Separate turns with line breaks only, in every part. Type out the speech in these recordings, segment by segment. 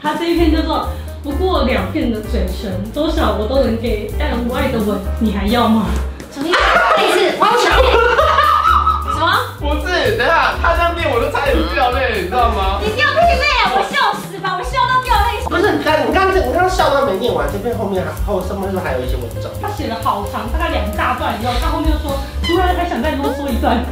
他这一篇叫做“不过两片的嘴唇，多少我都能给，但无爱的吻你还要吗
重新再一次，完全什么？
不是，等一下他这样念我都差点掉泪，你知道吗？
你掉屁泪啊！我笑死吧，我笑到掉泪。
哦不是，你刚你刚我刚刚笑到没念完，这边后面还后上面是不是还有一些文章？”。
他写了好长，大概两大段，然后他后面又说：“突然还想再啰嗦一段。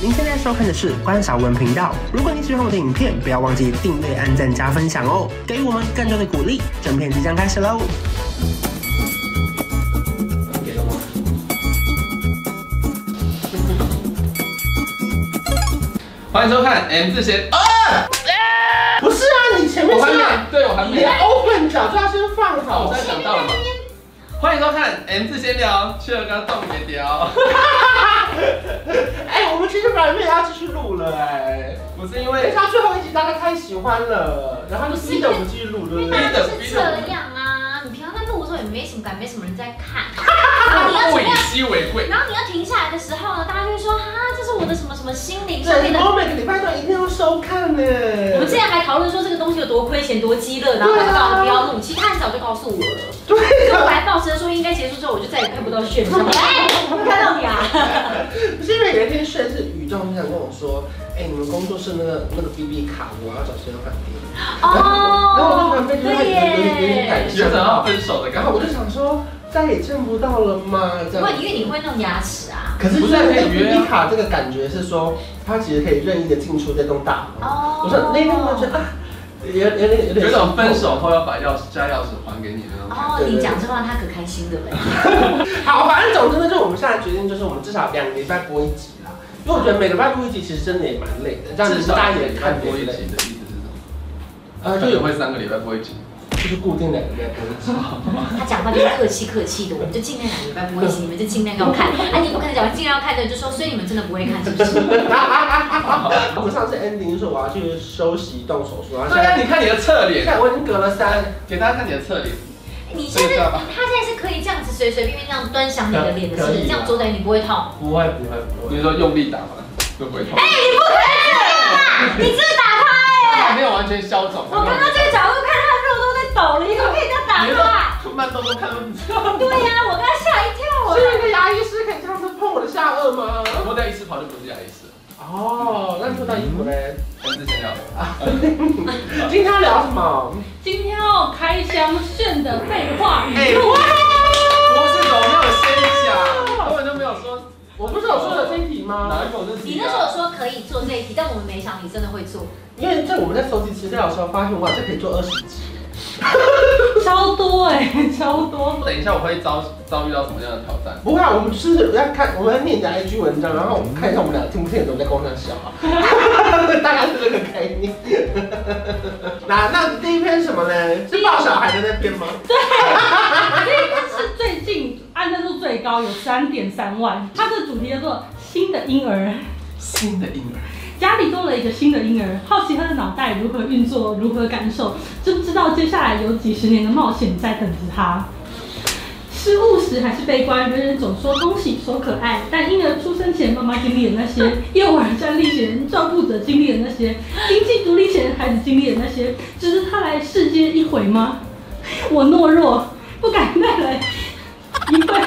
您现在收看的是观赏文频道。如果你喜欢我的影片，不要忘记订阅、按赞、加分享哦，给予我们更多的鼓励。整片即将开始喽！给了我。
欢迎收看 M 字贤，哦
不是啊，你前面
我还
是啊
没，对我还
你
没，哦
要 open 哦脚就要先放
我
好
刚。才想到了嘛。欢迎收看 M 字闲聊，去了刚重点聊，
哎、我们其实本来没有要继续录了哎、
不是因
等一
为
下最后一集大家太喜欢了，然后就逼着我们继续录，对不
因为
对？
大家都是这样啊，你平常在录的时候也没什么感，没什么人在看。然啊后你要
物
怎么
以
样？
稀为贵，
然后你要停下来的时候呢，大家就会说哈，这是我的什么什么心灵上面的。
对，我每个礼拜都一定要收看呢。
我们之前还讨论说这个东西有多亏钱、多鸡肋，然后他告诉不要录，其实他很早就告诉我了。所
对
以我
啊，
还抱持着说应该结束之后，我就再也看不到炫。哎，我没看到你啊！
不是因为有一天炫是宇宙很想跟我说，哎、你们工作室那个那个 BB 卡，我要找谁来换 BB。然后我就
哦
突然，被他
对耶。
有想要分手的
然
感
后我
觉。
就想说，再也见不到了吗？这
不
样
过。因为你会弄牙齿啊。
可是
不
就是是
可
那
以
个
约啊
BB 卡这个感觉是说，它其实可以任意的进出这栋大楼。
哦
我说那天我觉得啊，有有点有点
有一种分手后要把钥匙家钥匙还给你的那种感觉。
哦，你讲这话他可开心了嘞。
好，反正总之呢，就我们现在决定，就是我们至少两个礼拜播一集啦。因为我觉得每个礼拜播一集，其实真的也蛮累的，这样
至
子
少
大家也
看
看
多
多
一集
一累。
的意思是什么？
呃，就
啊就也
有
会三个礼拜播一集。
就是固定两个礼拜播一集。
他讲话就是客气客气的，我们就尽量两个礼拜不会洗，你们就尽量要看。啊，你不可能讲尽量要看的，就说所以你们真的不会看，是不是？
我上次 ending 说我要去休息动手术，然后
对啊，
现在
你看你的侧
现
脸，
在我已经隔了三，
给大家看你的侧脸。
你现在他现在是可以这样子随随便便这样端详你的脸的，是不是？这样左等你不会痛。
不会不会不
你
会。
说用力打吗？会不会痛？
哎你真的打他哎、
还没有完全消肿。
我刚刚这个角度看他的肉都在抖了，你怎么可以这样打
你
他？
说慢动作看都不知
对呀、我刚刚吓一跳啊我
所以那个牙医师可以这样子碰我的下颚吗？
我在医师跑就不是牙医师了，
哦，那你说到衣服嘞？
我之前要的。
今天要聊什么？”
今天要开箱炫的废话
哎
语录。
博士怎么没有先讲？根本就没有说
我不是有说的这一题吗
哪？一口是
你那时候有说可以做这一题，但我们没想你真的会做。
因为在我们在收集资料的时候，发现我好像可以做二十集。
超多哎、超多。
等一下我会遭遭遇到什么样的挑战？
不会啊，我们就是要看，我们要念你的 IG 文章，然后我们看一下我们俩听不听得懂在公上笑啊， 大概是这个概念。 那那第一篇是什么呢？是抱小孩的那篇吗？
是最近按赞数最高，有三点三万。它的主题叫做“新的婴儿
新的婴儿，”，
家里多了一个新的婴儿，好奇他的脑袋如何运作，如何感受，知不知道接下来有几十年的冒险在等着他。是务实还是悲观？人人总说恭喜说可爱，但婴儿出生前妈妈经历的那些，幼儿站立前照顾者经历的那些，经济独立前孩子经历的那些，值得他来世界一回吗？我懦弱，不敢再来一回。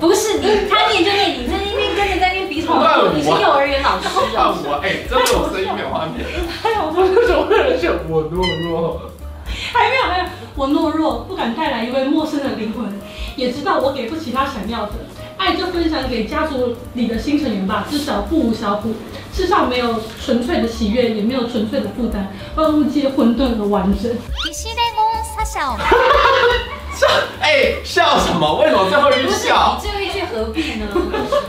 不是你，他念就念，你在那边跟着在那边比什么
乱舞啊
你是幼儿园老师
换
哦。
我哎，真的我声音没有画面。
还有
不是我有人选我懦弱，
还没有没有，我懦弱，不敢带来一位陌生的灵魂，也知道我给不起他想要的。爱就分享给家族里的新成员吧，至少不无小补。世上没有纯粹的喜悦，也没有纯粹的负担，万物皆混沌而完整。
必死でゴンサシャを
笑 哎，笑什么？为什么最后一
不
句
是
笑
你？最后一句何必呢？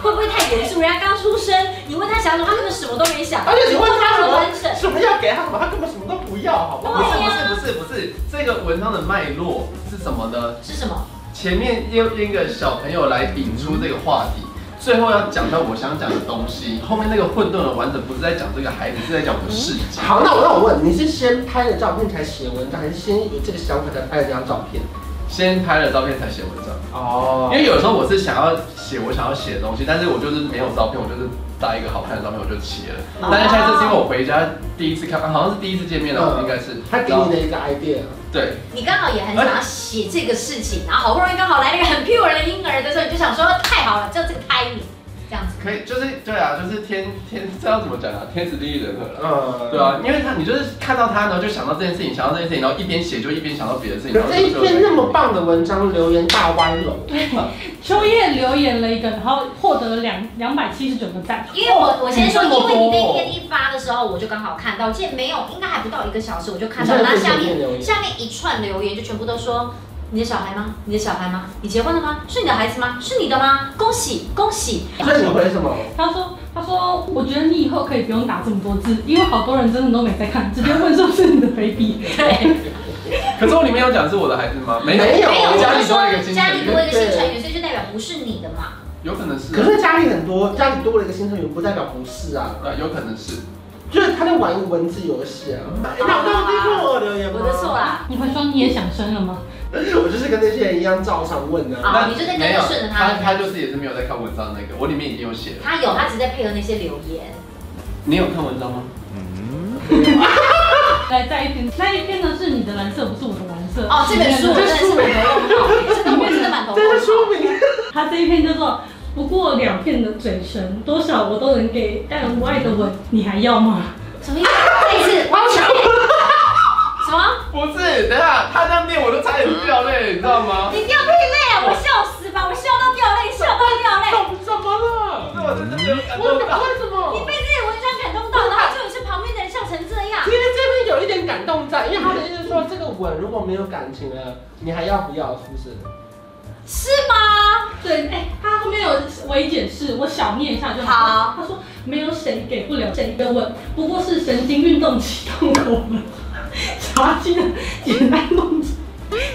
会不会太严肃？人家刚出生，你问他想什么，他根本什么都没想。
而且你问他什
何
么
完整？
什么要给他什么，他根本什么都不要，好不
不
好？
对啊
是不
呀
是不是不是，这个文章的脉络是什么呢？
是什么？
前面用一个小朋友来引出这个话题，最后要讲到我想讲的东西。后面那个混沌的完整不是在讲这个孩子，是在讲我的世界。
好，那我那我问，你是先拍了照片才写文章，还是先有这个想法才拍了这张照片？
先拍了照片才写文章，
哦
因为有时候我是想要写我想要写的东西，但是我就是没有照片，我就是搭一个好看的照片，我就切了。但是下次是因为我回家第一次看，好像是第一次见面
嗯
了，应该是。
他给
然
你
后
的一个 idea，
对，
你刚好也很想要写这个事情，然后好不容易刚好来了一个很 pure 的婴儿的时候，你就想说太好了，就这个 timing 这样子。
可以，就是对啊，就是天天这要怎么讲啊？天时地利人和啦。
嗯，
对。啊，因为他你就是看到他，然后就想到这件事情，想到这件事情，然后一边写就一边想到别的事情。然
可
后
是这一
就
篇那么棒的文章，留言大歪楼，
秋叶留言了一个，然后获得两两百七十九个赞。
因为
哦
我我先说，
你
因
这么
为你那
多
天一发的时候，我就刚好看到，这没有，应该还不到一个小时，我就看
你
到，
现
然
在
后
不
下
是
面
有留言，
下面一串留言就全部都说。你的小孩吗？你的小孩吗？你结婚了吗？是你的孩子吗？是你的吗？恭喜恭喜！
所以你回什么？
他说：“他说，我觉得你以后可以不用打这么多字，因为好多人真的都没在看，直接问是不是你的 baby。
对，
可是我里面有讲是我的孩子吗？没有，
没有啊
没有，
我
家
就
里
是
多一个
说
新
家
成
里多
员，
一个新成员，所以就代表不是你的嘛。
有可能是
可
啊，
是家里很多，家里多了一个新成员，不代表不是啊，
对啊，有可能是。
就是他在玩一个文字游戏啊。那那你看我的留言吗？
嗯我的错。啊啦。”
你会说你也想生了吗？
我就是跟那些人一样照常问啊。
啊，你就在跟
没有
着顺着他
他，
的。
他就是也是没有在看文章那个，我里面已经有写了。
他有，他只是在配合那些留言。
你有看文章 吗？
来，再一篇，那一篇呢是你的蓝色，不是我的蓝色。
哦，这本书我真的是满头问号，真的我真的满头
这是
问
说
号。
明
他这一篇叫做“不过两片的嘴唇，多少我都能给，但无爱的吻，你还要吗
什么意思？再一次，完全。什么？
不是，等一下他这样念我都差点掉泪，你知道吗？
你掉屁泪！我笑死吧，我笑到掉泪，笑到掉泪。
怎么了？
不是，我真的没有感
我
动
怎
到
么。为什么？
你被这些文章感动到，然后就你是旁边的人笑成这样
因。为这边有一点感动在，因为他的意思是说，这个吻如果没有感情了，你还要不要？是不是？
是吗？”？
对，哎、他后面有微解释，我小念一下就好。
好
他说没有谁给不了谁的吻，不过是神经运动启动我们 查机的简单动作。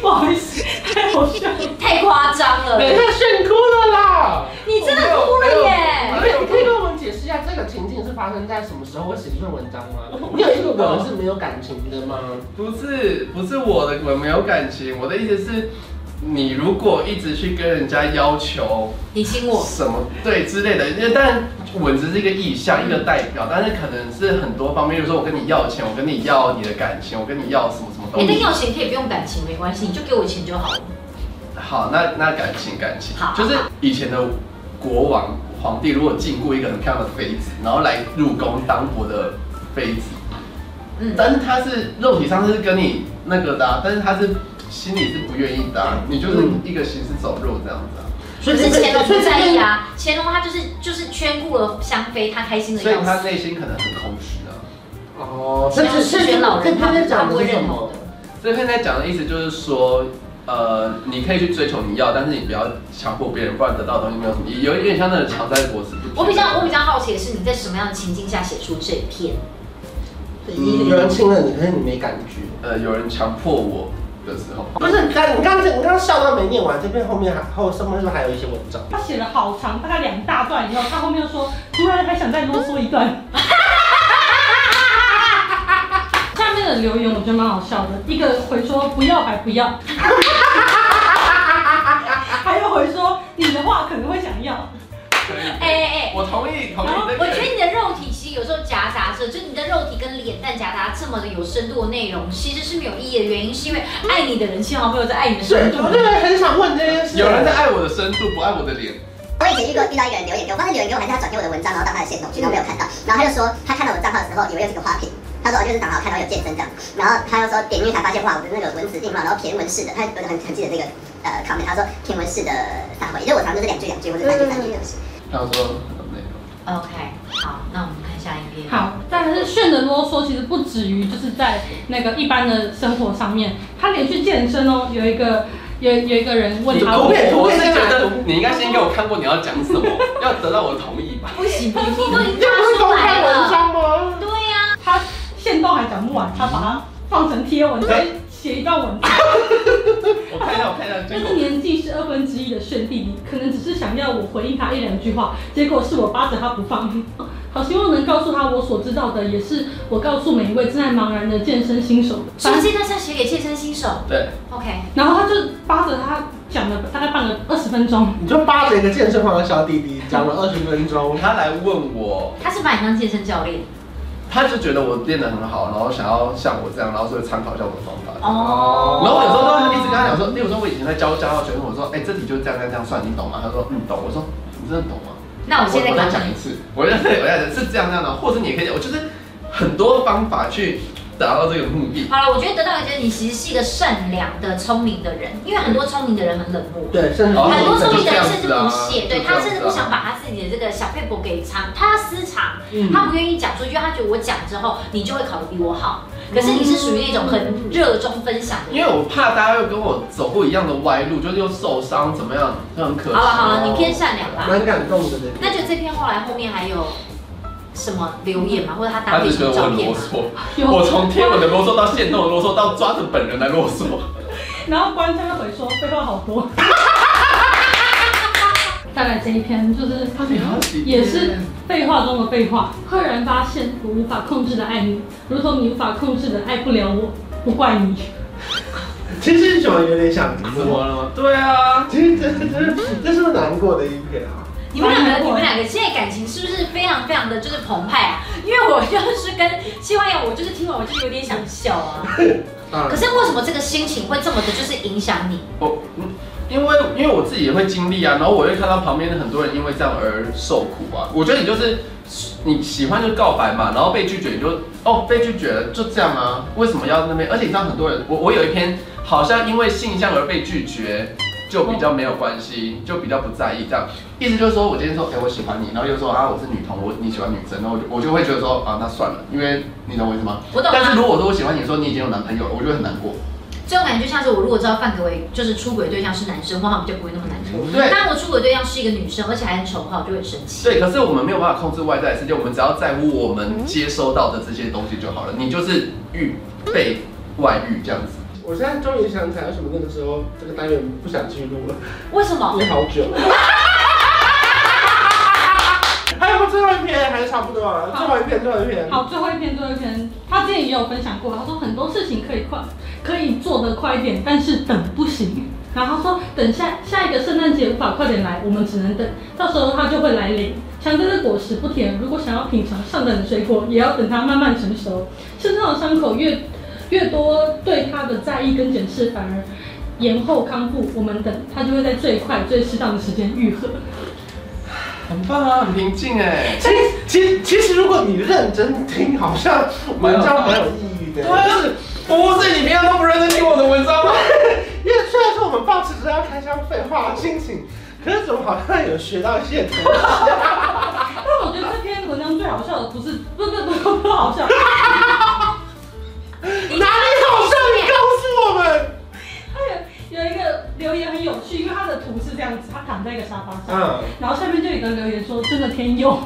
不好意思，太好笑了。
太夸张了，
等一下，炫哭了啦！
你真的哭了耶！
可以可以跟我们解释一下这个情境是发生在什么时候？会写这篇文章吗？你有一个吻是没有感情的吗？
不是不是我的，我没有感情。我的意思是，你如果一直去跟人家要求
你亲我，
什么对之类的，因为但文只是一个意象，一个代表，但是可能是很多方面，比如说我跟你要钱，我跟你要你的感情，我跟你要什么什么
哎，
东
但
西。
要钱可以不用感情，没关系，你就给我钱就好了。
好，那那感情感情
好，
就是以前的国王皇帝如果禁锢一个很漂亮的妃子，然后来入宫当我的妃子，
嗯，
但是他是肉体上是跟你那个的啊、但是他是心里是不愿意的啊、你就是一个行尸走肉这样子、啊，
所
可是乾隆
所
不
以这
在
边
意 啊，乾隆他就是就是圈顾了香妃，他开心的
所以
要
他
死。
内心可能很空虚啊。
哦，
只要是选老人，他
他
不
在
他
讲
不
的
会
是什
认同
么
的？。
这篇在讲的意思就是说，呃，你可以去追求你要，但是你不要强迫别人，不然得到的东西没有什么意义，有一点像那个强塞博士。
我比较我比较好奇的是，你在什么样的情境下写出这一篇？
有人亲了你，可是你没感觉。
呃，有人强迫我的时候，
不是，你刚你刚你刚笑到没念完，这边后面还后上面是不是还有一些文章？
他写了好长，大概两大段以后，他后面又说，突然还想再啰嗦一段。 下面的留言我觉得蛮好笑的，一个回说不要还不要， 还有回说你的话可能会想要，
可以。
哎哎哎，
哦我同意，同意
然后
这
我
个。
觉得你的肉体其实有时候夹杂着，就你的肉体跟脸蛋夹杂这么的有深度的内容，其实是没有意义的原因，是因为爱你的人亲好朋友在爱你的深
对，
度
我。这边很想问这件事。
有人在爱我的深度，不爱我的脸。
我以前遇过遇到一个人留言给我，发现留言给我，还是他转给我的文章，然后到他的线动去，然后被我看到，然后他就说他看到我账号的时候以为又是个花瓶，他说哦就是长得好看，然后有健身这样，然后他又说点进去才发现哇我的那个文词硬貌，然后骈文式的，他很很记得那个呃 comment，他说骈文式的呃撒谎，也就是我常就是两句两句或者三句三句的东西。
他说什么内容？
OK，好，那我们看下一篇。
好，但是炫的啰嗦其实不止于就是在那个一般的生活上面，他连去健身哦，有一个有有一个人问他，
你狗屁
我是觉得你应该先给我看过你要讲什么，要得到我的同意吧。
不行不行，你都已经
这不是
发出
公
来
开文
了。
章吗？
对呀、
他现动还讲不完，他把它放成贴文，再写一段文字。
我看一下，我看一下，结
但
果
是年纪是二分之一的炫弟弟，可能只是想要我回应他一两句话，结果是我扒着他不放。 好希望能告诉他我所知道的，也是我告诉每一位正在茫然的健身新手。
所以这段是要写给健身新手
对，
，OK，
然后他就扒着他讲了大概半个二十分钟，
你就扒着一个健身房的小弟弟讲了二十分钟，
他来问我，
他是把你当健身教练
他就觉得我练得很好，然后想要像我这样，然后所以参考一下我的方法。
哦。
然后我有时候都一直跟他讲说，例如说我以前在教家教学生，我说，哎、这题就是这样这样这样算，你懂吗？他说，嗯，懂。我说，你真的懂吗？
那我现在
我再
考
讲
你
一，次，我再我再讲是这样这样的，或者你也可以讲，我就是很多方法去达到这个目的。
好了，我觉得得到一个，你其实是一个善良的、聪明的人，因为很多聪明的人很冷漠。
对，甚至
哦
很多聪明的人甚
就
至
这样
不
子啊
屑，对
就这样子啊
他甚至不想把他自己的这个小配博给藏，他私藏，
嗯
他不愿意讲出去，他觉得我讲之后你就会考得比我好。
嗯
可是你是属于那种很热衷分享的
因
人。
为我怕大家又跟我走过一样的歪路，就是又受伤怎么样，就很可惜。
好了好了，你偏善良吧。
蛮感动的。
那就这篇后来后面还有什么留言吗？或者他搭
嗯他
配
就
什
觉
么
得我
照
很
片哎
啰
吗？
嗦，
有
我从贴文的啰嗦到线动的啰嗦，到抓着本人来啰嗦。
然后关家就回说废话好多。 再来这一篇就是他们也是废话中的废话。赫然发现我无法控制的爱你，如同你无法控制的爱不了我，不怪你。
其实什么有点想
怎么了吗？对啊，
其实这这这这是不是难过的一篇啊？
你们两个，你们两个现在感情是不是非常非常的就是澎湃啊？因为我就是跟西欢阳，我就是听完我就是有点想笑啊。
当
可
然，
是为什么这个心情会这么的，就是影响你？
我嗯因为因为我自己也会经历啊，然后我会看到旁边的很多人因为这样而受苦啊。我觉得你就是你喜欢就告白嘛，然后被拒绝你就哦被拒绝了就这样啊，为什么要那边？而且你知道很多人，我我有一篇好像因为性向而被拒绝。就比较没有关系，就比较不在意这样，意思就是说我今天说，哎、我喜欢你，然后又说啊我是女同，我你喜欢女生，然后我就我就会觉得说啊那算了，因为你懂我意思吗？
我懂
但是
啊，
如果我说我喜欢你的时候，你已经有男朋友了，我就会很难过。
这种感觉就像是我如果知道范可为就是出轨对象是男生，我好像就不会那么难过。
对
但我出轨对象是一个女生，而且还很丑的话，我就会很生气。
对，可是我们没有办法控制外在的世界，我们只要在乎我们接收到的这些东西就好了。你就是预备外遇这样子，
我现在终于想起来为什么那个时候这个单元不想去录了，
为什么
因？为好久。还有哎最后一篇，还差不多了，最后一篇，最后一篇。
好，最后一篇，最后一篇，他之前也有分享过，他说很多事情可以快，可以做得快一点，但是等不行。然后他说等下下一个圣诞节无法快点来，我们只能等，到时候它就会来临。强摘的果实不甜，如果想要品尝上等的水果，也要等它慢慢成熟。身上的伤口越越多，对它的在意跟检视反而延后康复。我们等它就会在最快最适当的时间愈合。
很棒啊，很平静哎。
其其其实，如果你认真听，好像文章蛮有意义的。
就是不是你平常都不认真听我的文章吗？
因为虽然说我们保持着要开箱废话的心情，可是怎么好像有学到一些东西？
但我觉得这篇文章最好笑的不是，不不不不好笑。
哪
哪里好笑？你告诉我们。
有一个留言很有趣，因为他的图是这样子，他躺在一个沙发上，
嗯，
然后下面就有一个留言说：“真的天佑。
啊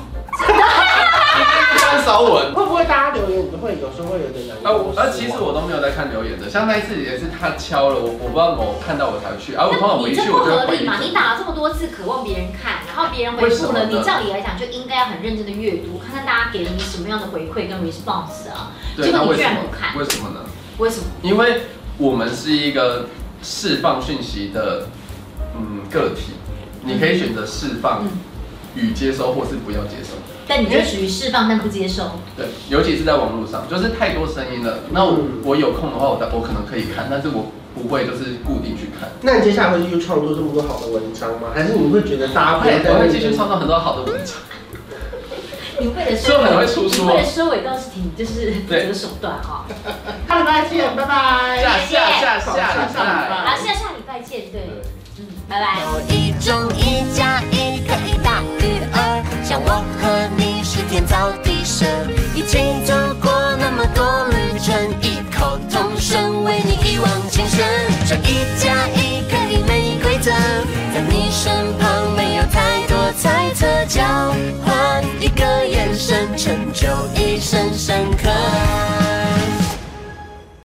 三少文。
会不会大家留言你会有时候会有点难
啊，
过
我？啊，其实我都没有在看留言的，像那一次也是他敲了我，我不知道怎么我看到我才去，啊，我通
那
常我
你
一
这
去
不
我就
合
会回
理
一
嘛？
整
你打了这么多次，渴望别人看，然后别人回复了
为什么呢
你，照理来讲就应该要很认真的阅读，看看大家给你什么样的回馈跟 response 啊。结
对，那
果你居
为什
然
么
不看？，
为什么呢？
为什么？
因为我们是一个释放讯息的嗯个体，你可以选择释放
嗯
与接收，或是不要接收。
但你就属于释放但不接受。
对，尤其是在网络上，就是太多声音了。那我
嗯
我有空的话，我我可能可以看，但是我不会就是固定去看。
那你接下来会继续创作这么多好的文章吗？还是你会觉得大家
我
不要
会
再
我会继续创造很多好的文章。
你为了
所以我很会出书哦
你为了收尾倒是挺就是不
对
择手段啊、哦。
下礼拜见，拜拜。
下下下下下
下下
下。
好，下下礼拜见，对，嗯，拜拜。
一